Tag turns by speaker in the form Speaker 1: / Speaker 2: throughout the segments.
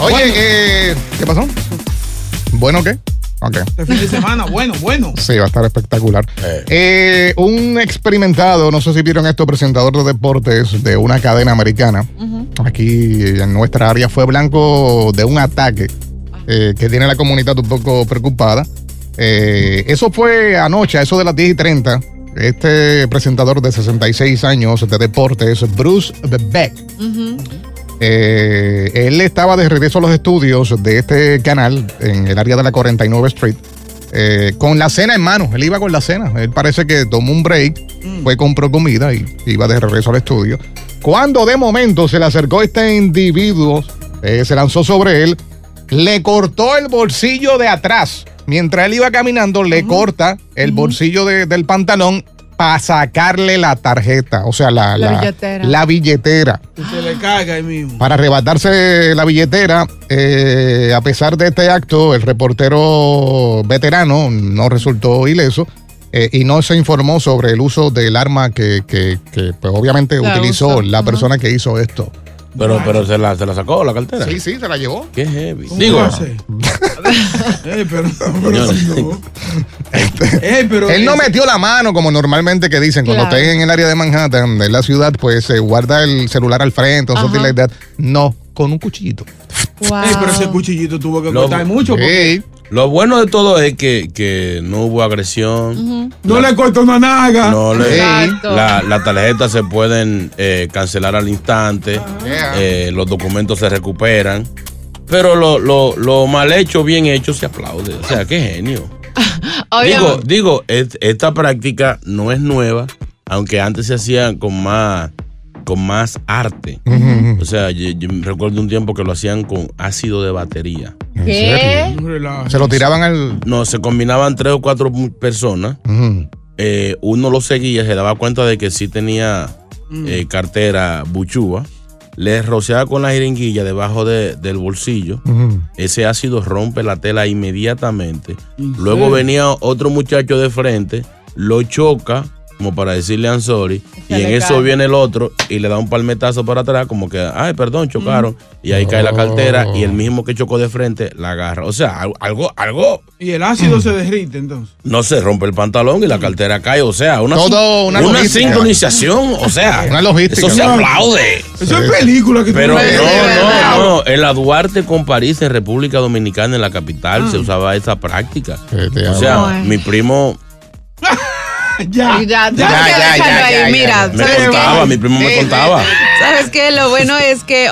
Speaker 1: Oye, eh, ¿qué pasó? ¿Bueno qué? Ok.
Speaker 2: Este fin de semana, bueno, bueno.
Speaker 1: Sí, va a estar espectacular. Eh, un experimentado, no sé si vieron esto, presentador de deportes de una cadena americana, aquí en nuestra área, fue blanco de un ataque
Speaker 2: Ah.
Speaker 1: eh, que tiene la comunidad un poco preocupada. Eh, eso fue anoche, a eso de las 10 y 30. Este presentador de 66 años de deportes, Bruce Beck. Eh, él estaba de regreso a los estudios de este canal en el área de la 49 Street eh, con la cena en mano. Él iba con la cena. Él parece que tomó un break, fue, compró comida y iba de regreso al estudio. Cuando de momento se le acercó este individuo, eh, se lanzó sobre él, le cortó el bolsillo de atrás. Mientras él iba caminando, le corta el bolsillo de- del pantalón para sacarle la tarjeta, o sea, la,
Speaker 3: La
Speaker 1: la-
Speaker 3: billetera.
Speaker 1: La billetera
Speaker 2: Y se le caga ahí mismo.
Speaker 1: para arrebatarse la billetera. eh, a pesar de este acto, el reportero veterano no resultó ileso eh, y no se informó sobre el uso del arma que, que- que, pues, obviamente
Speaker 3: La
Speaker 1: utilizó
Speaker 3: usa,
Speaker 1: la
Speaker 3: ajá.
Speaker 1: persona que hizo esto.
Speaker 4: Pero, pero se la, se la sacó la cartera.
Speaker 1: Sí, sí, se la llevó.
Speaker 4: Qué heavy.
Speaker 2: ¿Cómo
Speaker 4: Digo,
Speaker 2: lo hace? Ey, Eh, pero, pero
Speaker 4: Señores.
Speaker 2: sí, no. Ey, pero
Speaker 1: Él no
Speaker 2: ese-
Speaker 1: metió la mano, como normalmente que dicen, cuando
Speaker 3: Claro.
Speaker 1: estén en el área de Manhattan, de la ciudad, pues se guarda el celular al frente o
Speaker 3: Ajá.
Speaker 1: something like that. No, con un cuchillito.
Speaker 3: Wow.
Speaker 2: Ey, pero ese cuchillito tuvo que
Speaker 4: Lo-
Speaker 2: cortar mucho. porque
Speaker 1: Sí.
Speaker 4: lo bueno de todo es que, que no hubo agresión.
Speaker 2: No le cortó una naga.
Speaker 4: No le-
Speaker 3: Exacto.
Speaker 4: la, la tarjeta se pueden eh, cancelar al instante.
Speaker 1: Yeah.
Speaker 4: Eh, los documentos se recuperan. Pero lo, lo, lo mal hecho, bien hecho, se aplaude. O sea, qué genio. Digo,
Speaker 3: Obviamente.
Speaker 4: digo, et- esta práctica no es nueva, aunque antes se hacía con más, con más arte. O sea, yo, yo recuerdo un tiempo que lo hacían con ácido de batería.
Speaker 1: ¿En
Speaker 3: ¿Qué?
Speaker 2: Un relajo.
Speaker 1: Se lo tiraban al.
Speaker 4: No, se combinaban tres o cuatro mu- personas.
Speaker 1: Ujú.
Speaker 4: eh, uno lo seguía, se daba cuenta de que sí tenía
Speaker 2: Mm.
Speaker 4: eh, cartera buchúa. Le rociaba con la jeringuilla debajo de- del bolsillo.
Speaker 1: Ujú.
Speaker 4: Ese ácido rompe la tela inmediatamente.
Speaker 2: ¿En
Speaker 4: Luego
Speaker 2: serio?
Speaker 4: venía otro muchacho de frente, lo choca, como para decirle I'm sorry,
Speaker 3: Se
Speaker 4: y en
Speaker 3: le
Speaker 4: eso
Speaker 3: cae.
Speaker 4: viene el otro y le da un palmetazo para atrás, como que, ay,
Speaker 2: Mm.
Speaker 4: perdón, chocaron, y ahí cae la cartera y el mismo que chocó de frente la agarra. O sea, al- algo, algo,
Speaker 2: Y el ácido se derrite entonces.
Speaker 4: no se rompe el pantalón y la cartera cae. O sea, una, sin-
Speaker 1: Todo una
Speaker 4: una,
Speaker 1: logística.
Speaker 4: sincronización, o sea,
Speaker 1: Una logística.
Speaker 4: eso se aplaude.
Speaker 2: Eso es película que tú
Speaker 4: Pero no,
Speaker 2: ves.
Speaker 4: no, no. En la Duarte con París, en República Dominicana, en la capital, se usaba esa práctica.
Speaker 1: Eh, te
Speaker 4: O
Speaker 1: hablo.
Speaker 4: sea,
Speaker 3: Ah. Ay.
Speaker 4: mi primo
Speaker 2: Ya.
Speaker 3: Ya, ya,
Speaker 4: Ya,
Speaker 3: ya,
Speaker 4: ya,
Speaker 3: ahí. Mira,
Speaker 4: me
Speaker 3: ¿sabes qué?
Speaker 4: contaba, mi primo me contaba.
Speaker 3: ¿Sabes qué? Lo bueno es que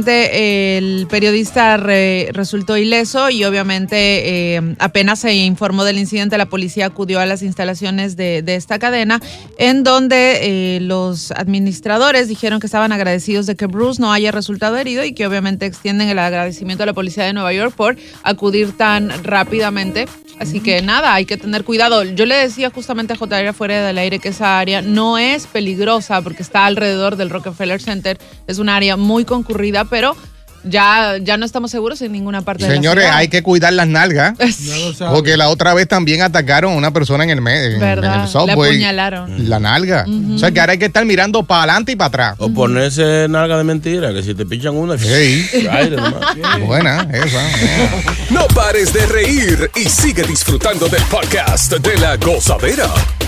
Speaker 3: obviamente el periodista re- resultó ileso y obviamente eh, apenas se informó del incidente, la policía acudió a las instalaciones de, de esta cadena en donde eh, los administradores dijeron que estaban agradecidos de que Bruce no haya resultado herido y que obviamente extienden el agradecimiento a la policía de Nueva York por acudir tan rápidamente. Así que nada, hay que tener cuidado. Yo le decía justamente a JR fuera del aire que esa área no es peligrosa porque está alrededor del Rockefeller Center. Es un área muy concurrida, pero ya, ya no estamos seguros en ninguna parte
Speaker 1: Señores,
Speaker 3: de la ciudad.
Speaker 1: hay que cuidar las nalgas. Porque la otra vez también atacaron a una persona en el, me- en,
Speaker 3: ¿Verdad?
Speaker 1: en el
Speaker 3: Le
Speaker 1: subway.
Speaker 3: apuñalaron.
Speaker 1: La nalga. O sea que ahora hay que estar mirando para adelante y para atrás.
Speaker 4: O ponerse nalga de mentira, que si te pinchan una.
Speaker 1: Ey.
Speaker 4: aire nomás.
Speaker 1: Buena, esa.
Speaker 5: No pares de reír y sigue disfrutando del podcast de la gozadera.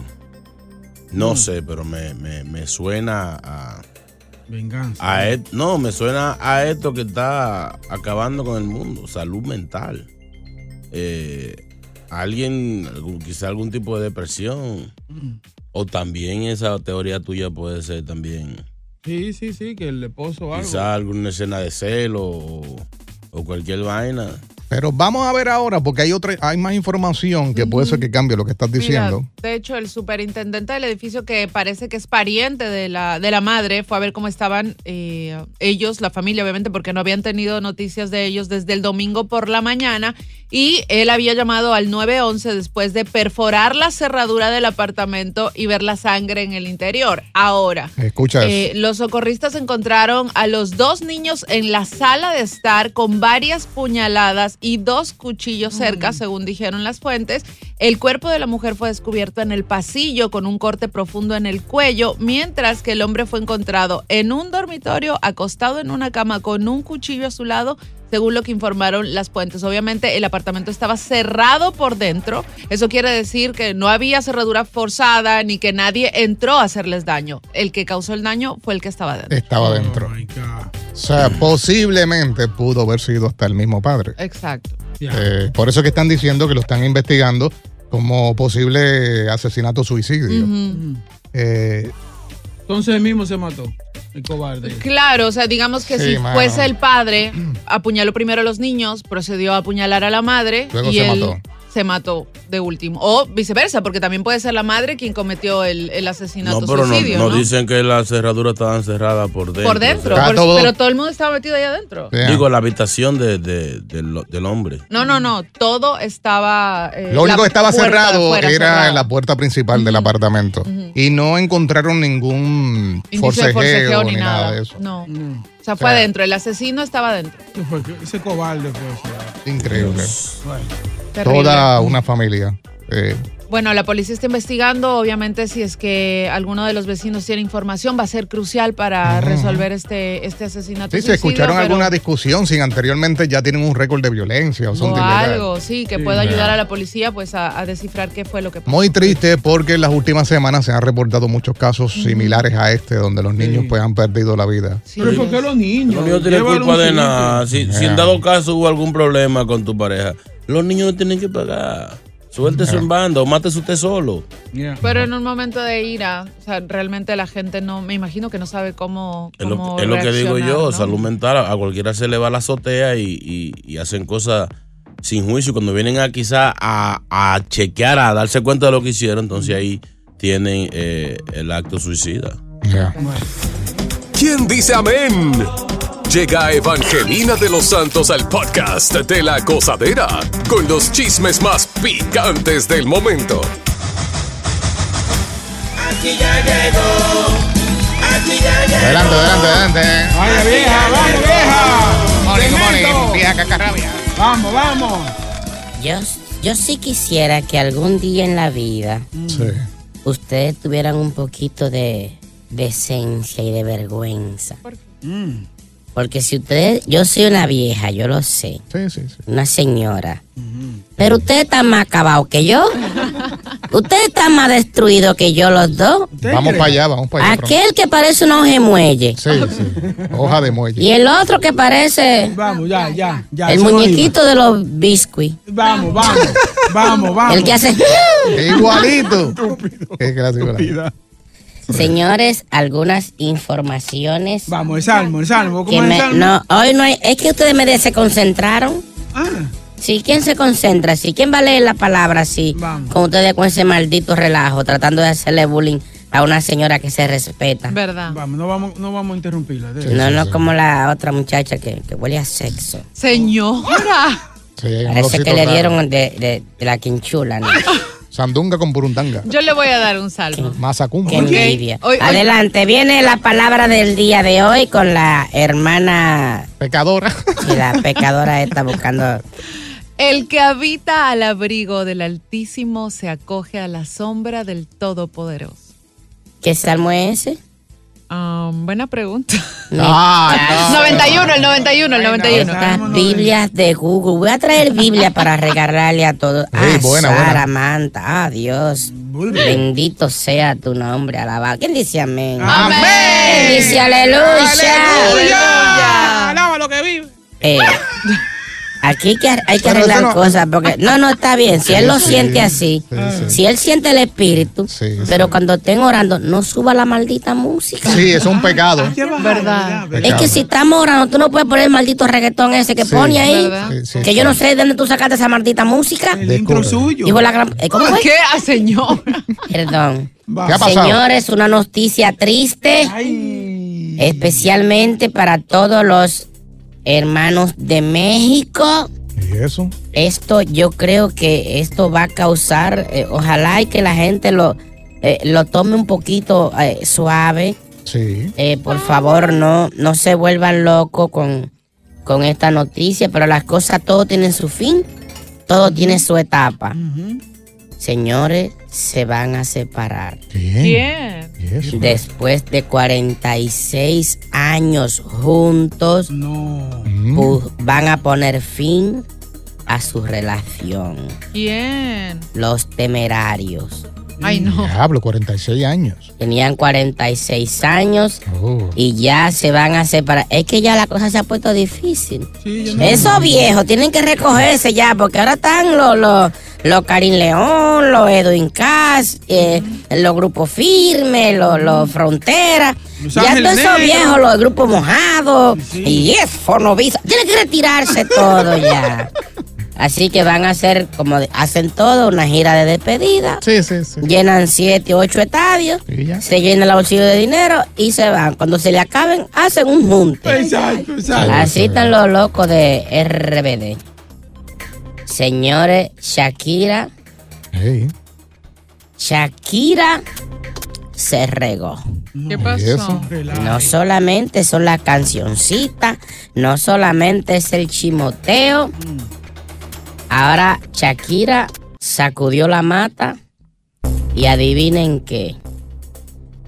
Speaker 2: Mm.
Speaker 4: no sé, pero me, me- me suena a.
Speaker 2: Venganza.
Speaker 4: a et- no, me suena a esto que está acabando con el mundo. Salud mental. Eh, alguien, algún- quizá algún tipo de depresión.
Speaker 2: Mm.
Speaker 4: O también esa teoría tuya puede ser también.
Speaker 2: Sí, sí, sí, que el esposo o algo.
Speaker 4: Quizá alguna escena de celo o, o cualquier vaina.
Speaker 1: pero vamos a ver ahora porque hay, otra, hay más información que puede ser que cambie lo que estás diciendo.
Speaker 3: Mira, de hecho, el superintendente del edificio, que parece que es pariente de la, de la madre, fue a ver cómo estaban eh, ellos, la familia, obviamente, porque no habían tenido noticias de ellos desde el domingo por la mañana. Y él había llamado al 911 después de perforar la cerradura del apartamento y ver la sangre en el interior. Ahora.
Speaker 1: Escucha
Speaker 3: Eh, los socorristas encontraron a los dos niños en la sala de estar con varias puñaladas y dos cuchillos cerca, según dijeron las fuentes. El cuerpo de la mujer fue descubierto en el pasillo con un corte profundo en el cuello, mientras que el hombre fue encontrado en un dormitorio acostado en una cama con un cuchillo a su lado. Según lo que informaron las fuentes, obviamente el apartamento estaba cerrado por dentro. Eso quiere decir que no había cerradura forzada ni que nadie entró a hacerles daño. El que causó el daño fue el que estaba dentro.
Speaker 1: estaba dentro. O sea, posiblemente pudo haber sido hasta el mismo padre.
Speaker 3: Exacto.
Speaker 1: Eh, por eso que están diciendo que lo están investigando como posible asesinato-suicidio.
Speaker 3: Ujú.
Speaker 1: Eh,
Speaker 2: Entonces él mismo se mató, el cobarde.
Speaker 3: Claro, o sea, digamos que
Speaker 1: Sí,
Speaker 3: si
Speaker 1: mano.
Speaker 3: fuese el padre, apuñaló primero a los niños, procedió a apuñalar a la madre
Speaker 1: Luego
Speaker 3: y
Speaker 1: se
Speaker 3: él
Speaker 1: mató.
Speaker 3: se mató de último. O viceversa, porque también puede ser la madre quien cometió el, el asesinato suicidio.
Speaker 4: no,
Speaker 3: ¿no?
Speaker 4: dicen que las cerraduras estaban cerradas por dentro.
Speaker 3: por dentro,
Speaker 4: Está
Speaker 3: por-
Speaker 4: todo-
Speaker 3: pero todo el mundo estaba metido ahí adentro.
Speaker 4: Digo, la habitación de- de- del, del hombre.
Speaker 3: No, no, no, todo estaba... eh,
Speaker 1: Lo único
Speaker 3: la
Speaker 1: que estaba
Speaker 3: puerta
Speaker 1: cerrado
Speaker 3: afuera
Speaker 1: era
Speaker 3: cerrada.
Speaker 1: la puerta principal del apartamento. Y no encontraron ningún
Speaker 3: Indicio de
Speaker 1: forcejeo,
Speaker 3: forcejeo
Speaker 1: ni nada de eso.
Speaker 3: No. O sea, fue
Speaker 1: O sea,
Speaker 3: adentro. El asesino estaba adentro.
Speaker 2: Ese cobarde fue.
Speaker 1: Increíble.
Speaker 3: Terrible.
Speaker 1: Toda una familia. eh,
Speaker 3: Bueno, la policía está investigando. Obviamente, si es que alguno de los vecinos tiene información, va a ser crucial para resolver este, este asesinato.
Speaker 1: Mm. sí, si
Speaker 3: suicidio,
Speaker 1: escucharon
Speaker 3: pero-
Speaker 1: alguna discusión, sin anteriormente ya tienen un récord de violencia o son
Speaker 3: o
Speaker 1: de
Speaker 3: algo, sí, que
Speaker 1: Sí.
Speaker 3: pueda ayudar
Speaker 1: Claro.
Speaker 3: a la policía pues a, a descifrar qué fue lo que pasó.
Speaker 1: Muy triste porque en las últimas semanas se han reportado muchos casos similares a este donde los niños pues han perdido la vida.
Speaker 2: Pero ¿por qué los niños?
Speaker 4: Los niños no tienen
Speaker 2: Llévalo
Speaker 4: culpa
Speaker 2: un
Speaker 4: de
Speaker 2: sitio.
Speaker 4: nada. Si, si en dado caso hubo algún problema con tu pareja, los niños no tienen que pagar. Suéltese en banda o mátese usted solo.
Speaker 3: Pero en un momento de ira, o sea, realmente la gente no, me imagino que no sabe cómo.
Speaker 4: Es lo,
Speaker 3: cómo
Speaker 4: es lo que digo
Speaker 3: reaccionar,
Speaker 4: yo,
Speaker 3: ¿no?
Speaker 4: salud mental, a a cualquiera se le va la azotea y, y- y hacen cosas sin juicio. Cuando vienen a quizá a, a chequear, a darse cuenta de lo que hicieron, entonces ahí tienen eh, el acto suicida.
Speaker 5: ¿Quién dice amén? Llega Evangelina de los Santos al podcast de la gozadera con los chismes más picantes del momento.
Speaker 6: Aquí ya llegó. Aquí ya llegó.
Speaker 1: Adelante, adelante, adelante.
Speaker 6: Vaya vieja, vaya vieja.
Speaker 1: vieja cacarrabia.
Speaker 2: Vamos, vamos.
Speaker 7: Yo, yo sí quisiera que algún día en la vida ustedes tuvieran un poquito de decencia y de vergüenza. Porque si ustedes, yo soy una vieja, yo lo sé. Una señora. Pero ustedes están más acabados que yo. ustedes están más destruidos que yo los dos.
Speaker 1: Vamos para allá, vamos para allá. pronto.
Speaker 7: Aquel que parece un hoje muelle.
Speaker 1: Sí, sí. Hoja de muelle.
Speaker 7: Y el otro que parece
Speaker 2: Vamos, ya, ya, ya.
Speaker 7: el
Speaker 2: eso no
Speaker 7: muñequito de los biscuits.
Speaker 2: iba. Vamos, vamos, vamos, vamos.
Speaker 7: El que hace.
Speaker 1: Igualito. Qué gracioso.
Speaker 7: Señores, algunas informaciones.
Speaker 2: Vamos, el salmo, el salmo.
Speaker 7: que
Speaker 2: ¿Cómo es el
Speaker 7: me-
Speaker 2: salmo?
Speaker 7: no, hoy no hay. Es que ustedes me desconcentraron.
Speaker 2: Ah.
Speaker 7: Sí, ¿quién se concentra? Sí, ¿quién va a leer la palabra así? Con ustedes con ese maldito relajo, tratando de hacerle bullying a una señora que se respeta.
Speaker 3: ¿Verdad?
Speaker 2: Vamos, no vamos, no vamos a interrumpirla. de-
Speaker 7: no, no como la otra muchacha que, que huele a sexo.
Speaker 3: Señora,
Speaker 7: Parece que le dieron de, de- de la quinchula, ¿no?
Speaker 1: Sandunga con burundanga.
Speaker 3: yo le voy a dar un salmo.
Speaker 1: Mazacumba.
Speaker 7: Qué envidia.
Speaker 3: Hoy- hoy-
Speaker 7: Adelante, viene la palabra del día de hoy con la hermana.
Speaker 1: Pecadora.
Speaker 7: Y la pecadora está buscando.
Speaker 3: El que habita al abrigo del Altísimo se acoge a la sombra del Todopoderoso.
Speaker 7: ¿Qué salmo es ese?
Speaker 3: Am, buena pregunta.
Speaker 7: Ah, no.
Speaker 3: 91, el 91, el 91.
Speaker 7: Estas Biblias de Google. Voy a traer Biblia para regalarle a todos.
Speaker 1: Sí,
Speaker 7: Ah,
Speaker 1: buena,
Speaker 7: Sara,
Speaker 1: buena.
Speaker 7: Manta. Ah, Dios. Bendito sea tu nombre, alabado. ¿Quién dice amén?
Speaker 2: Ah.
Speaker 6: Amén.
Speaker 7: ¿Quién dice aleluya?
Speaker 2: ¡Aleluya! Alaba lo que vive.
Speaker 7: Eh, aquí hay que, hay que
Speaker 2: Pero eso
Speaker 7: arreglar
Speaker 2: no-
Speaker 7: cosas porque no, no está bien. Si él
Speaker 2: Sí,
Speaker 7: lo
Speaker 2: sí,
Speaker 7: siente así, si él siente el espíritu, pero cuando estén orando, no suba la maldita música.
Speaker 1: Sí, es un pecado.
Speaker 3: ¿Verdad?
Speaker 7: Es que si estamos orando, tú no puedes poner el maldito reggaetón ese que
Speaker 1: Sí.
Speaker 7: pone ahí.
Speaker 1: ¿Verdad? Sí, sí,
Speaker 7: que yo no sé de dónde tú sacaste esa maldita música. Dijo la gran- eh, ¿Cómo
Speaker 3: ¿Por
Speaker 7: fue?
Speaker 3: qué, ah, señor?
Speaker 7: Perdón.
Speaker 1: ¿Qué ha pasado?
Speaker 7: Señores, una noticia triste. Especialmente para todos los hermanos de México.
Speaker 1: ¿Y eso?
Speaker 7: Esto, yo creo que esto va a causar, eh, ojalá y que la gente lo, eh, lo tome un poquito eh, suave.
Speaker 1: Sí.
Speaker 7: Eh, por favor, no, no se vuelvan locos con, con esta noticia, pero las cosas todo tienen su fin, todo tiene su etapa. Señores, se van a separar.
Speaker 3: ¿Quién?
Speaker 7: Después de 46 años juntos, pu- van a poner fin a su relación.
Speaker 3: ¿Quién?
Speaker 7: Los temerarios.
Speaker 3: Ay, no.
Speaker 1: Diablo, 46 años.
Speaker 7: Tenían 46 años y ya se van a separar. Es que ya la cosa se ha puesto difícil. Esos viejos tienen que recogerse ya, porque ahora están los, los, los Karim León, los Edwin Cass, eh, los grupos firmes, los, los fronteras.
Speaker 6: Los
Speaker 7: Ya
Speaker 6: Ángeles
Speaker 7: todos esos
Speaker 6: Negros.
Speaker 7: viejos, los grupos mojados y eso, Fonovisa. Tienen que retirarse todo ya. Así que van a hacer, como de- hacen todo, una gira de despedida.
Speaker 1: Sí, sí, sí.
Speaker 7: Llenan siete, ocho estadios, se llena el bolsillo de dinero y se van. Cuando se le acaben, hacen un junte.
Speaker 2: Exacto, exacto.
Speaker 7: Así están los locos de RBD. Señores, Shakira. Shakira se regó.
Speaker 3: ¿Qué
Speaker 7: eso?
Speaker 3: pasó?
Speaker 7: No solamente son las cancioncitas, no solamente es el chimoteo. Ahora Shakira sacudió la mata y adivinen qué.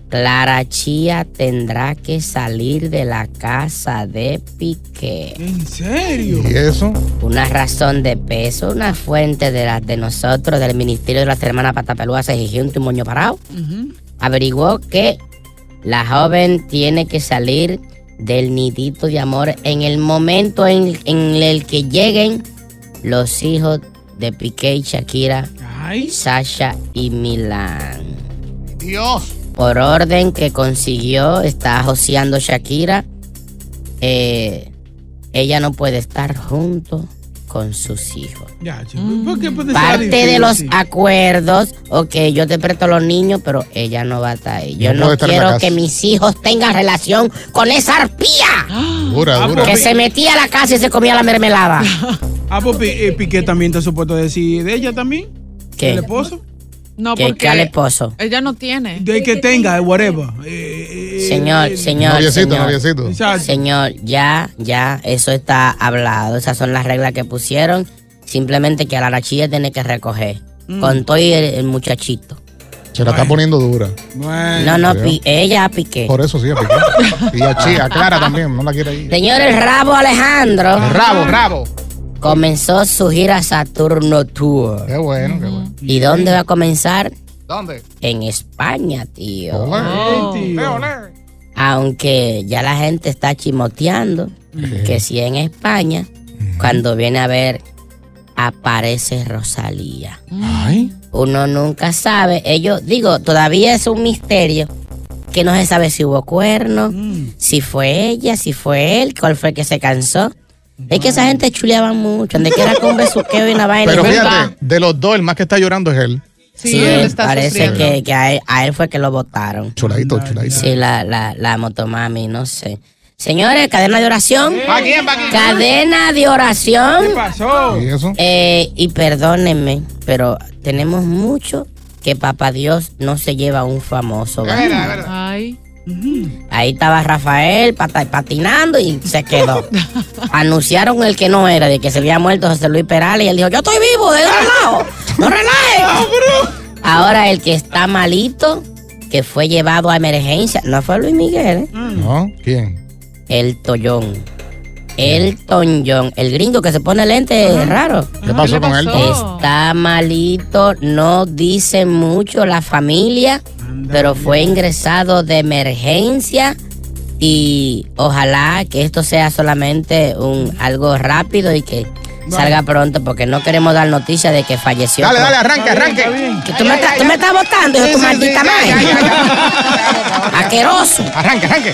Speaker 7: Clara Chía tendrá que salir de la casa de Piqué.
Speaker 2: ¿En serio?
Speaker 1: ¿Y eso?
Speaker 7: Una razón de peso, una fuente de las de nosotros, del Ministerio de las Hermanas Patapelúas, se exigió un moño parado averiguó que la joven tiene que salir del nidito de amor en el momento en, en el que lleguen los hijos de Piqué y Shakira, Sasha y Milán.
Speaker 1: Dios.
Speaker 7: Por orden que consiguió, está joseando Shakira. eh, ella no puede estar junto con sus hijos.
Speaker 2: Ya, chico,
Speaker 1: Mm.
Speaker 2: ¿por qué puede ser
Speaker 7: Parte de
Speaker 2: difícil?
Speaker 7: los acuerdos, ok, yo te presto los niños, pero ella no va a estar ahí. Yo
Speaker 1: No puede
Speaker 7: no
Speaker 1: estar en la
Speaker 7: quiero
Speaker 1: casa.
Speaker 7: que mis hijos tengan relación con esa arpía
Speaker 1: Dura,
Speaker 2: Ah,
Speaker 1: dura.
Speaker 2: pues,
Speaker 7: que se metía a la casa y se comía la mermelada.
Speaker 2: Ah, pues Pi- eh, Piqué también está supuesto decir de ella también.
Speaker 7: ¿Qué?
Speaker 2: ¿El esposo?
Speaker 3: No,
Speaker 7: Que
Speaker 3: porque
Speaker 7: que al esposo.
Speaker 3: ella no tiene.
Speaker 2: De que tenga, eh, whatever.
Speaker 7: Señor, señor.
Speaker 1: noviecito,
Speaker 7: señor.
Speaker 1: noviecito.
Speaker 7: Señor, ya, ya, eso está hablado. Esas son las reglas que pusieron. Simplemente que a la rachilla tiene que recoger.
Speaker 1: Mm.
Speaker 7: Con todo y el, el muchachito.
Speaker 1: Se la está poniendo dura.
Speaker 7: No, no,
Speaker 1: Creo.
Speaker 7: pi- ella piqué.
Speaker 1: Por eso sí, a picar. Y a Chía, Clara también, no la quiere ir.
Speaker 7: Señor, el rabo Alejandro.
Speaker 1: Rabo, rabo.
Speaker 7: Comenzó su gira Saturno Tour.
Speaker 1: Qué bueno, qué bueno.
Speaker 7: ¿Y dónde va a comenzar?
Speaker 1: ¿Dónde?
Speaker 7: En España, tío.
Speaker 1: Ole.
Speaker 7: Aunque ya la gente está chimoteando que si en España, cuando viene a ver, aparece Rosalía. Uno nunca sabe. Ellos, digo, todavía es un misterio que no se sabe si hubo cuerno, si fue ella, si fue él, cuál fue el que se cansó. Es que esa gente chuleaba mucho, donde quiera con besuqueo y una vaina.
Speaker 1: Pero
Speaker 7: Es verdad.
Speaker 1: fíjate, de los dos, el más que está llorando es él.
Speaker 7: Sí, él parece que, que a, él, a él fue que lo votaron.
Speaker 1: Chuladito, chuladito.
Speaker 7: Sí, este, la, la, la motomami, no sé. Señores, cadena de oración.
Speaker 1: ¿Pa' quién, pa' quién?
Speaker 7: Cadena de oración.
Speaker 2: ¿Qué pasó?
Speaker 1: ¿Y eso?
Speaker 7: Eh, y perdónenme, pero tenemos mucho que Papá Dios no se lleva a un famoso. ¿verdad?
Speaker 3: Ay.
Speaker 7: Ahí estaba Rafael pata- patinando y se quedó. Anunciaron el que no era, de que se había muerto José Luis Perales y él dijo, yo estoy vivo, de otro lado. No relajes. Ahora el que está malito, que fue llevado a emergencia, no fue Luis Miguel, ¿eh?
Speaker 1: ¿No? ¿Quién?
Speaker 7: El Tollón. El Toñón, el gringo que se pone lente raro.
Speaker 1: ¿Qué pasó con él?
Speaker 7: Está malito, no dice mucho la familia, pero fue ingresado de emergencia y ojalá que esto sea solamente un algo rápido y que salga pronto porque no queremos dar noticias de que falleció.
Speaker 1: Dale, dale, arranque, arranque.
Speaker 7: Que tú, me estás- tú me estás botando, hijo de tu maldita madre. Aqueroso.
Speaker 1: Arranque, arranque.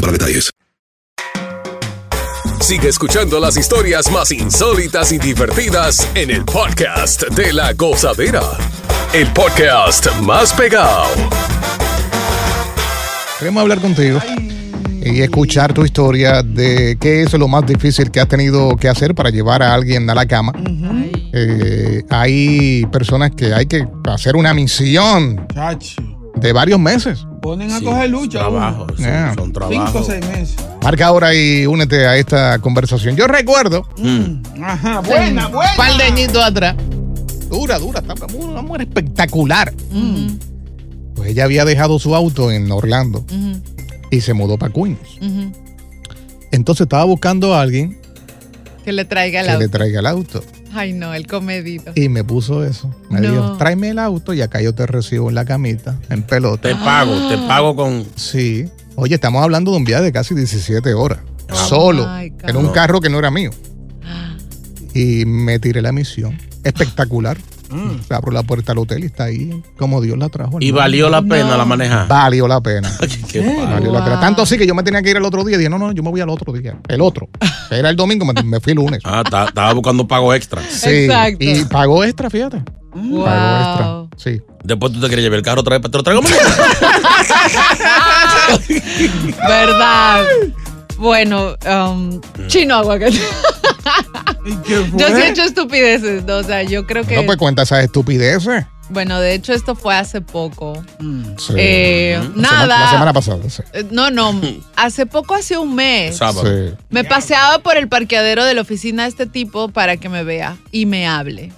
Speaker 8: para detalles.
Speaker 5: Sigue escuchando las historias más insólitas y divertidas en el podcast de la gozadera. El podcast más pegado.
Speaker 1: Queremos hablar contigo y escuchar tu historia de qué es lo más difícil que has tenido que hacer para llevar a alguien a la cama. Eh, hay personas que hay que hacer una misión
Speaker 2: Chacho.
Speaker 1: de varios meses.
Speaker 2: Ponen a coger lucha.
Speaker 1: trabajo, Pues sí, Yeah. son
Speaker 2: Cinco
Speaker 1: trabajo.
Speaker 2: o seis meses.
Speaker 1: Marca ahora y únete a esta conversación. Yo recuerdo,
Speaker 2: Mm. Ajá, buena, buena.
Speaker 1: Un par de añitos atrás. Dura, dura, está una mujer espectacular.
Speaker 3: Mm,
Speaker 1: pues ella había dejado su auto en Orlando
Speaker 3: mm,
Speaker 1: y se mudó para Queens. Entonces estaba buscando a alguien
Speaker 3: Que le traiga el
Speaker 1: que le
Speaker 3: auto.
Speaker 1: traiga el auto.
Speaker 3: Ay, no, el comedido.
Speaker 1: Y me puso eso. Me
Speaker 3: No.
Speaker 1: dijo, tráeme el auto y acá yo te recibo en la camita, en pelota.
Speaker 4: Te pago, te
Speaker 3: Ah.
Speaker 4: pago con.
Speaker 1: Sí. Oye, estamos hablando de un viaje de casi 17 horas. solo.
Speaker 3: Oh my God. Ah.
Speaker 1: En un carro que no era mío. Y me tiré la misión. Espectacular. Se Abro la puerta al hotel y está ahí como Dios la trajo.
Speaker 4: Mm. Y valió la pena la manejada.
Speaker 1: Valió la pena.
Speaker 4: Qué padre.
Speaker 1: Valió la pena. Tanto así que yo me tenía que ir el otro día. Dije, no, no, yo me voy al otro día. El otro. Era el domingo, me, me fui el lunes.
Speaker 4: Ah, ta- estaba buscando pago extra.
Speaker 1: Sí. Y pagó extra, fíjate. Pagó extra. Sí.
Speaker 4: Después tú te quieres llevar el carro otra vez, pero te lo traigo mañana.
Speaker 3: ¿Verdad? Bueno, um,
Speaker 1: Mm.
Speaker 3: chino aguacate. Yo sí he hecho estupideces, ¿no? o sea, yo creo que...
Speaker 1: No, pues cuenta esas estupideces.
Speaker 3: Bueno, de hecho esto fue hace poco.
Speaker 1: Sí.
Speaker 3: Eh,
Speaker 1: La
Speaker 3: nada.
Speaker 1: semana- La semana pasada, sí.
Speaker 3: Eh, No, no, hace poco, hace un mes.
Speaker 4: Ah,
Speaker 1: Sí.
Speaker 3: Me paseaba por el parqueadero de la oficina de este tipo para que me vea y me hable.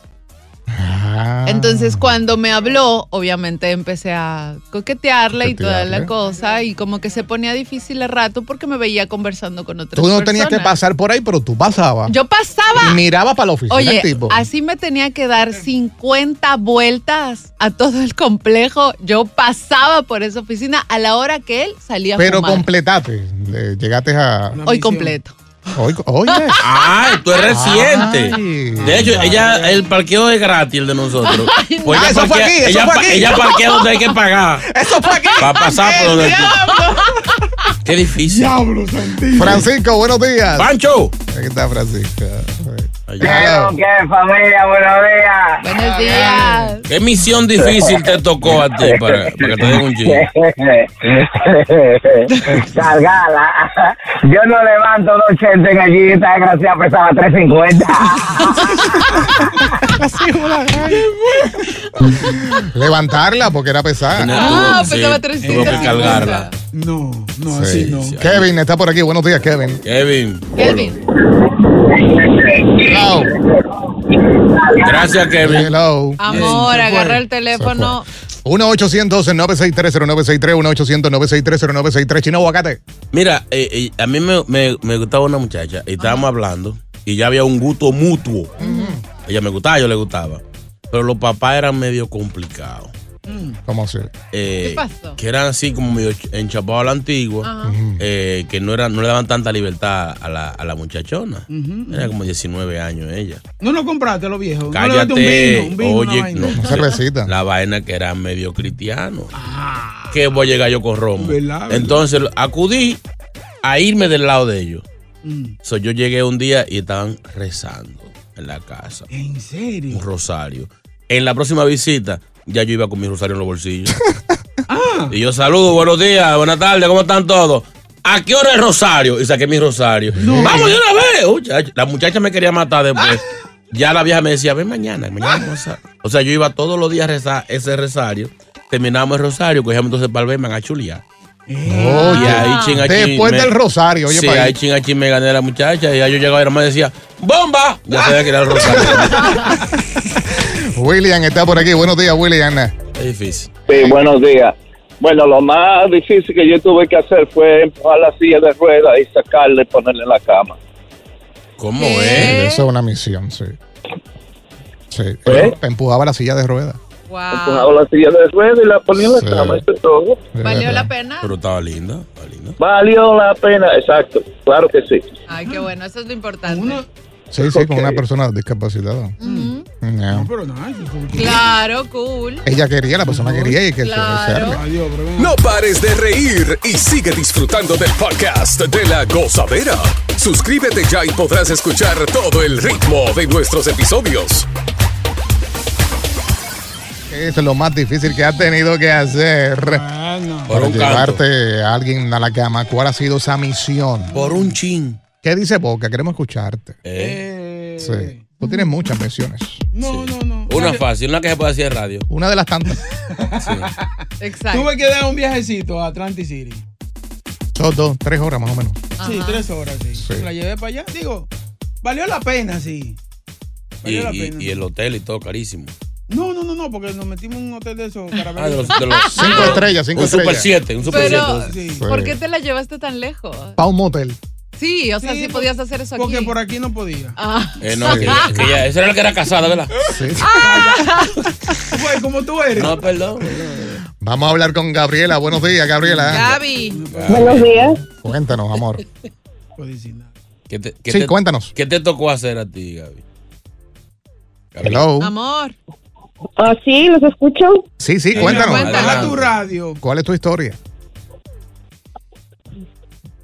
Speaker 1: Ah.
Speaker 3: Entonces cuando me habló, obviamente empecé a coquetearle y toda la
Speaker 1: Coquetearle.
Speaker 3: cosa y como que se ponía difícil al rato porque me veía conversando con otras
Speaker 1: Tú no tenías que
Speaker 3: personas.
Speaker 1: pasar por ahí, pero tú pasabas.
Speaker 3: Yo pasaba.
Speaker 1: Y miraba para la oficina
Speaker 3: Oye,
Speaker 1: el tipo.
Speaker 3: así me tenía que dar 50 vueltas a todo el complejo. Yo pasaba por esa oficina a la hora que él salía a
Speaker 1: pero
Speaker 3: fumar.
Speaker 1: completaste. le- llegaste a.
Speaker 3: Hoy completo.
Speaker 1: Hoy- oye.
Speaker 4: Ay, tú eres
Speaker 2: Ah.
Speaker 4: reciente. de hecho, ella, el parqueo es gratis, el de nosotros.
Speaker 3: Ay,
Speaker 4: Pues
Speaker 1: no.
Speaker 4: ella
Speaker 1: Ah, eso fue
Speaker 4: parquea-
Speaker 1: aquí, eso
Speaker 4: ella,
Speaker 1: fue
Speaker 4: pa-
Speaker 1: aquí.
Speaker 4: ella parquea donde hay que pagar.
Speaker 1: Eso fue aquí.
Speaker 4: Para pasar por donde. Qué difícil.
Speaker 1: Francisco, buenos días.
Speaker 4: ¡Pancho!
Speaker 1: Aquí está Francisco.
Speaker 9: Claro que familia, buenos días.
Speaker 3: Buenos días.
Speaker 4: ¿Qué misión difícil te tocó a ti para, para que te den un chiste?
Speaker 9: Cargala. Yo no levanto dos ochenta en allí, esta desgraciada pesaba 350.
Speaker 1: Levantarla porque era pesada.
Speaker 2: Ah, tuvo- pesaba sí, 350. tuvo que
Speaker 4: cargarla.
Speaker 2: No, no, así
Speaker 1: Sí.
Speaker 2: no.
Speaker 1: Kevin está por aquí. Buenos días, Kevin.
Speaker 4: Kevin.
Speaker 3: Kevin.
Speaker 1: Hello.
Speaker 4: Gracias, Kevin.
Speaker 1: Hello. eh,
Speaker 3: Amor, agarra el teléfono.
Speaker 1: 1-800-963-0963. 1-800-963-0963. Chino Aguacate.
Speaker 4: Mira, eh, eh, a mí me, me- me gustaba una muchacha y estábamos hablando y ya había un gusto mutuo. Ella me gustaba, yo le gustaba. Pero los papás eran medio complicados.
Speaker 1: ¿Cómo así?
Speaker 4: Eh,
Speaker 3: ¿Qué pasó?
Speaker 4: Que eran así como medio ch- enchapados a la antigua,
Speaker 3: Ajá.
Speaker 4: eh, que no, eran, no le daban tanta libertad a la, a la muchachona. Era como 19 años ella.
Speaker 2: No, no compraste lo viejo. No le daste un
Speaker 4: Cállate,
Speaker 2: vino, un vino, una
Speaker 4: oye,
Speaker 2: vaina.
Speaker 4: no, La vaina que era medio cristiano. Que voy a llegar yo con Romo.
Speaker 2: ¿Verdad?
Speaker 4: Entonces acudí a irme del lado de ellos.
Speaker 2: Mm.
Speaker 4: So, yo llegué un día y estaban rezando en la casa.
Speaker 2: ¿En serio?
Speaker 4: Un rosario. En la próxima visita, ya yo iba con mi rosario en los bolsillos.
Speaker 2: Ah.
Speaker 4: Y yo saludo, buenos días, buenas tardes, ¿cómo están todos? ¿A qué hora es rosario? Y saqué mi rosario. ¡Vamos de una vez! Uy, chacho, la muchacha me quería matar después. Ya la vieja me decía, ven mañana, mañana vamos a... O sea, yo iba todos los días a rezar ese rosario. Terminábamos el rosario, cogíamos entonces para el Berman a chulear.
Speaker 1: Oye,
Speaker 4: Y
Speaker 1: Ah.
Speaker 4: ahí, chin, a chin,
Speaker 1: después
Speaker 4: me-
Speaker 1: del rosario, oye,
Speaker 4: sí,
Speaker 1: para
Speaker 4: ahí chin, a chin me gané a la muchacha y ahí yo llegaba y me decía, ¡bomba! Ya sabía que era el rosario.
Speaker 1: William está por aquí. Buenos días, William.
Speaker 10: Eh.
Speaker 4: es difícil.
Speaker 10: Sí, buenos días. Bueno, lo más difícil que yo tuve que hacer fue empujar la silla de ruedas y sacarla y ponerla en la cama.
Speaker 4: ¿Cómo
Speaker 1: es? Eso es una misión, sí. Sí.
Speaker 10: ¿Eh?
Speaker 1: Empujaba la silla de ruedas.
Speaker 10: Empujaba la silla de ruedas y la ponía en la cama, eso es todo.
Speaker 3: ¿Valió la pena?
Speaker 4: Pero estaba linda.
Speaker 10: Valió la pena, exacto, claro que sí.
Speaker 3: Ay, qué bueno, eso es lo importante.
Speaker 1: Sí, sí, con una persona discapacitada. No.
Speaker 11: Pero nada, eso fue-
Speaker 3: Claro, cool.
Speaker 1: Ella quería, la persona quería y que se- se
Speaker 3: Claro.
Speaker 1: arma.
Speaker 5: No pares de reír y sigue disfrutando del podcast de la gozadera. Suscríbete ya y podrás escuchar todo el ritmo de nuestros episodios.
Speaker 1: Es lo más difícil que has tenido que hacer.
Speaker 12: Por
Speaker 1: Por
Speaker 12: un
Speaker 1: llevarte a alguien a la cama. ¿Cuál ha sido esa misión?
Speaker 12: Por un chin.
Speaker 1: ¿Qué dice Boca? Queremos escucharte.
Speaker 4: Eh.
Speaker 1: Sí. Tú tienes muchas misiones.
Speaker 11: No, no, no.
Speaker 4: Una fácil, una que se puede hacer en radio.
Speaker 1: Una de las tantas.
Speaker 3: Exacto.
Speaker 11: Tuve que dar un viajecito a Atlantic City.
Speaker 1: Son dos, tres horas más o menos.
Speaker 3: Ah.
Speaker 11: Sí, tres horas, sí. Me La llevé para allá. Digo, valió la pena, sí.
Speaker 4: Y,
Speaker 11: Valió la
Speaker 4: y-
Speaker 11: pena.
Speaker 4: y el hotel y todo carísimo.
Speaker 11: No, no, no, no, porque nos metimos en un hotel de esos carabelas.
Speaker 4: Ah, de los, de los- un Super 7, un Super 7.
Speaker 3: Pero, ¿por qué te la llevaste tan lejos?
Speaker 1: Para un motel.
Speaker 3: Sí, o sea, sí,
Speaker 11: Sí,
Speaker 3: podías hacer eso aquí. Porque por
Speaker 11: aquí no podía.
Speaker 3: Ah.
Speaker 4: Eh, no, que, que ya, esa era la que era casada, ¿verdad?
Speaker 11: Güey, como tú eres.
Speaker 4: No, perdón.
Speaker 1: Vamos a hablar con Gabriela. Buenos días, Gabriela.
Speaker 3: Gaby.
Speaker 13: Buenos días.
Speaker 1: Cuéntanos, amor.
Speaker 4: ¿Qué te, qué
Speaker 1: Sí,
Speaker 4: te-
Speaker 1: cuéntanos.
Speaker 4: ¿Qué te tocó hacer a ti, Gaby?
Speaker 1: Hello.
Speaker 3: Amor.
Speaker 13: Ah, sí, los escucho.
Speaker 1: Sí,
Speaker 11: Sí,
Speaker 1: sí, cuéntanos.
Speaker 11: cuéntanos. Baja tu radio.
Speaker 1: ¿Cuál es tu historia?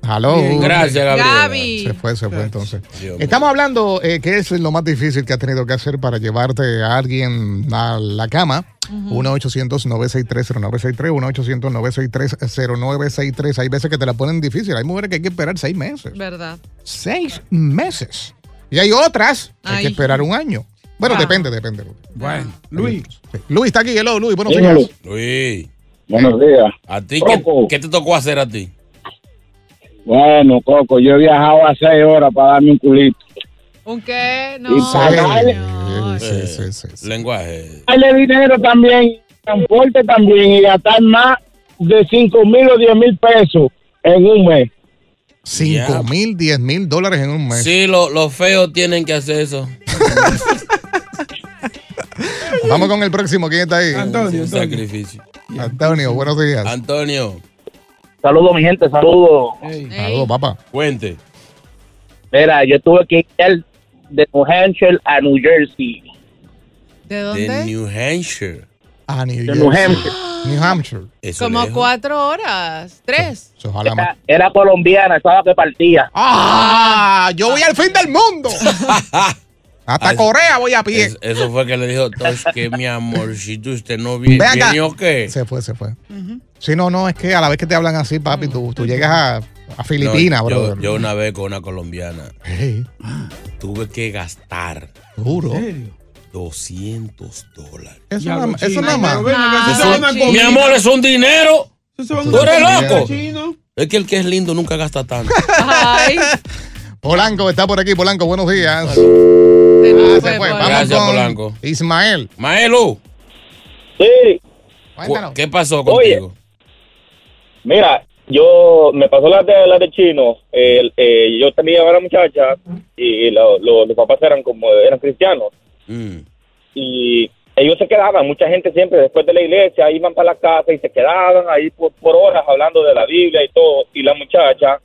Speaker 1: Hello.
Speaker 11: Bien, gracias, Gabriela. Gaby.
Speaker 1: Se fue, se fue entonces.
Speaker 11: Dios mío.
Speaker 1: Estamos hablando eh, que es lo más difícil que has tenido que hacer para llevarte a alguien a la cama. 1-800-963-0963, 1-800-963-0963. Hay veces que te la ponen difícil. Hay mujeres que hay que esperar seis meses.
Speaker 3: ¿Verdad?
Speaker 1: Seis meses. Y hay otras que hay
Speaker 3: Ay.
Speaker 1: que esperar un año. Bueno,
Speaker 3: Wow.
Speaker 1: depende, depende.
Speaker 11: Bueno, Luis.
Speaker 1: Luis está aquí. Hello, Luis. Buenos
Speaker 4: Sí,
Speaker 1: días.
Speaker 4: Luis. Luis.
Speaker 13: Buenos días.
Speaker 4: ¿A ti qué, qué te tocó hacer a ti?
Speaker 13: Bueno, Coco, yo he viajado a seis horas para darme un culito.
Speaker 3: ¿Un qué?
Speaker 13: y
Speaker 3: No.
Speaker 13: para darle,
Speaker 4: Eh, Lenguaje.
Speaker 13: darle dinero también, transporte también, y gastar más de cinco mil o diez mil pesos en un mes.
Speaker 1: 5 mil, 10 mil dólares en un mes.
Speaker 4: Sí, lo- los feos tienen que hacer eso.
Speaker 1: Vamos con el próximo. ¿Quién está ahí?
Speaker 4: Un sacrificio.
Speaker 1: Antonio, buenos días.
Speaker 4: Antonio.
Speaker 14: Saludos, mi gente, saludos.
Speaker 1: Saludos, papá.
Speaker 4: Cuente.
Speaker 14: Mira, yo tuve que ir de New Hampshire a New Jersey.
Speaker 3: ¿De
Speaker 4: De
Speaker 3: dónde?
Speaker 4: New Hampshire.
Speaker 1: Ah, New
Speaker 14: De New
Speaker 1: Jersey.
Speaker 14: Hampshire.
Speaker 1: New Hampshire.
Speaker 3: Como cuatro horas. Tres.
Speaker 14: Era, era colombiana, estaba que partía.
Speaker 1: ¡Ah! Yo voy al fin del mundo. Hasta
Speaker 4: Ah,
Speaker 1: Corea voy a pie.
Speaker 4: es- eso fue que le dijo Tosh que mi amorcito, usted no viene.
Speaker 1: Ve acá.
Speaker 4: ¿Viene o qué?
Speaker 1: Se fue, se fue. Sí, no, no, es que a la vez que te hablan así, papi, tú, tú llegas a, a Filipinas,
Speaker 4: No, yo,
Speaker 1: brother.
Speaker 4: yo una vez con una colombiana tuve que gastar.
Speaker 1: Juro.
Speaker 4: 200 dólares.
Speaker 1: Eso
Speaker 11: Ya,
Speaker 1: nada-
Speaker 11: lo
Speaker 1: eso
Speaker 11: chino.
Speaker 1: nada
Speaker 11: Ay,
Speaker 1: más.
Speaker 11: pero venga,
Speaker 15: Ah,
Speaker 11: que eso se va a una
Speaker 4: Eso-
Speaker 11: comida.
Speaker 4: mi amor, es un dinero.
Speaker 11: Eso es
Speaker 4: Tú
Speaker 11: una
Speaker 4: eres
Speaker 11: comida,
Speaker 4: loco.
Speaker 11: chino.
Speaker 4: Es que el que es lindo nunca gasta tanto.
Speaker 3: Ay.
Speaker 1: Polanco está por aquí. Polanco, buenos días. Ah, se fue. Vamos
Speaker 4: Gracias,
Speaker 1: con
Speaker 4: Polanco.
Speaker 1: Ismael.
Speaker 4: Maelo.
Speaker 14: Sí.
Speaker 4: ¿Qué pasó
Speaker 13: Oh,
Speaker 4: contigo?
Speaker 14: Mira, yo me pasó la de, la de chino. El- eh, yo tenía una muchacha y lo- lo- los papás eran como eran cristianos. Y ellos se quedaban, mucha gente siempre después de la iglesia iban para la casa y se quedaban ahí por, por horas hablando de la Biblia y todo. Y la muchacha,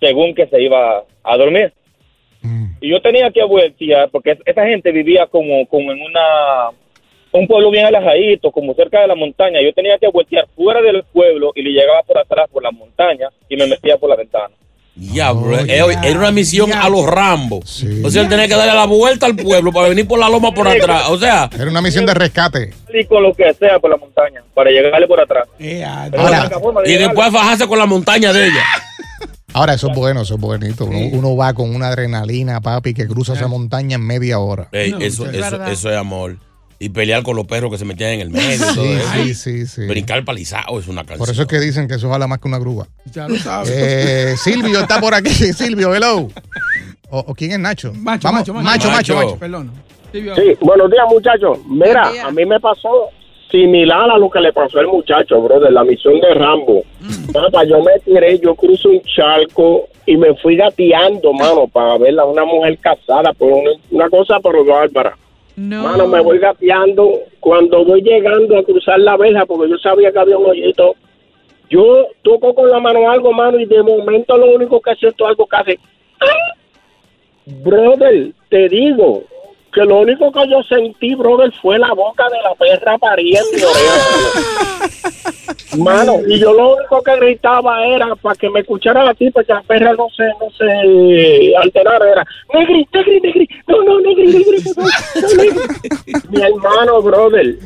Speaker 14: según que se iba a dormir.
Speaker 4: Mm.
Speaker 14: Y yo tenía que voltear porque es- esa gente vivía como, como en una un pueblo bien alejadito, como cerca de la montaña. Yo tenía que voltear fuera del pueblo y le llegaba por atrás, por la montaña, y me metía por la ventana.
Speaker 4: Ya, bro. eh, Era una misión a los Rambos. O sea, él tenía que darle la vuelta al pueblo para venir por la loma por atrás. O sea,
Speaker 1: Era una misión de rescate.
Speaker 14: Y con lo que sea por la montaña, para llegarle por atrás.
Speaker 4: Pero la única forma de y llegarle- después fajarse con la montaña de ella.
Speaker 1: Ahora, eso es bueno, eso es bonito. Uno, uno va con una adrenalina, papi, que cruza esa montaña en media hora.
Speaker 4: Ey, eso,
Speaker 1: es
Speaker 4: eso,
Speaker 1: verdad.
Speaker 4: eso es amor. Y pelear con los perros que se metían en el medio. y todo
Speaker 1: Sí,
Speaker 4: eso.
Speaker 1: sí, sí, sí.
Speaker 4: Brincar palizado es una canción.
Speaker 1: Por eso es que dicen que eso jala más que una grúa.
Speaker 11: Ya lo sabes.
Speaker 1: Eh, Silvio está por aquí. Silvio, hello. ¿O, o quién es Nacho?
Speaker 11: Macho,
Speaker 1: Vamos,
Speaker 11: macho, macho,
Speaker 1: macho, macho.
Speaker 11: Perdón.
Speaker 13: Sí, buenos días, muchachos. Mira, a mí me pasó similar a lo que le pasó al muchacho, brother, la misión de Rambo. Papá, yo me tiré, yo cruzo un charco y me fui gateando, mano, para verla, una mujer casada, por una, una cosa, pero bárbara. Mano, me voy gateando. Cuando voy llegando a cruzar la verja, porque yo sabía que había un hoyito, yo toco con la mano algo, mano, y de momento lo único que siento algo casi. ¡ah! Brother, te digo que lo único que yo sentí, brother, fue la boca de la perra pariente. oreja. Mano, y yo lo único que gritaba era para que me escuchara la tipa que la perra no se, no se alterara. Era, negri, negri, negri, no, no, negri, negri, no, no, negri". Mi hermano, brother,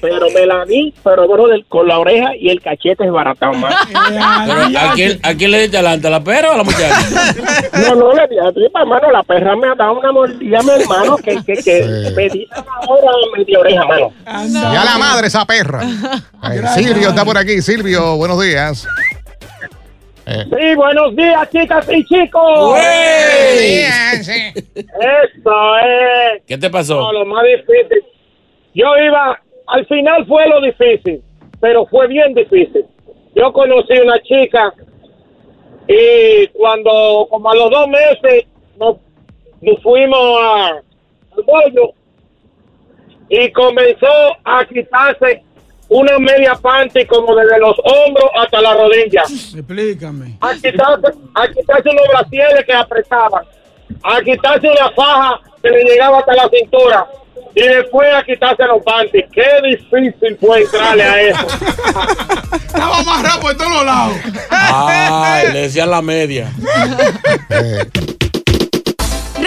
Speaker 13: pero me la di, pero brother, con la oreja y el cachete es baratado, mano.
Speaker 15: Pero, ¿a, quién, ¿A quién le diste adelante? ¿A la perra o a la muchacha?
Speaker 13: No, no, le dije a ti, hermano, la perra me ha dado una mordida, mi hermano, que, que, que me di ahora media oreja, mano.
Speaker 1: Y a la madre esa perra. Ay, Silvio está por aquí. Silvio, buenos días.
Speaker 13: Sí, buenos días, chicas y chicos.
Speaker 15: ¡Wey!
Speaker 13: Eso es.
Speaker 15: ¿Qué te pasó?
Speaker 13: No, lo más difícil. Yo iba, al final fue lo difícil, pero fue bien difícil. Yo conocí una chica y cuando, como a los dos meses, nos, nos fuimos a, al bollo y comenzó a quitarse una media panty como desde los hombros hasta la rodilla.
Speaker 2: Explícame.
Speaker 13: A quitarse, a quitarse unos brasieres que apretaban. A quitarse una faja que le llegaba hasta la cintura. Y después a quitarse los panties. Qué difícil fue entrarle a eso.
Speaker 2: Estaba amarrado por todos lados.
Speaker 15: Ay, le decían la media.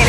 Speaker 16: El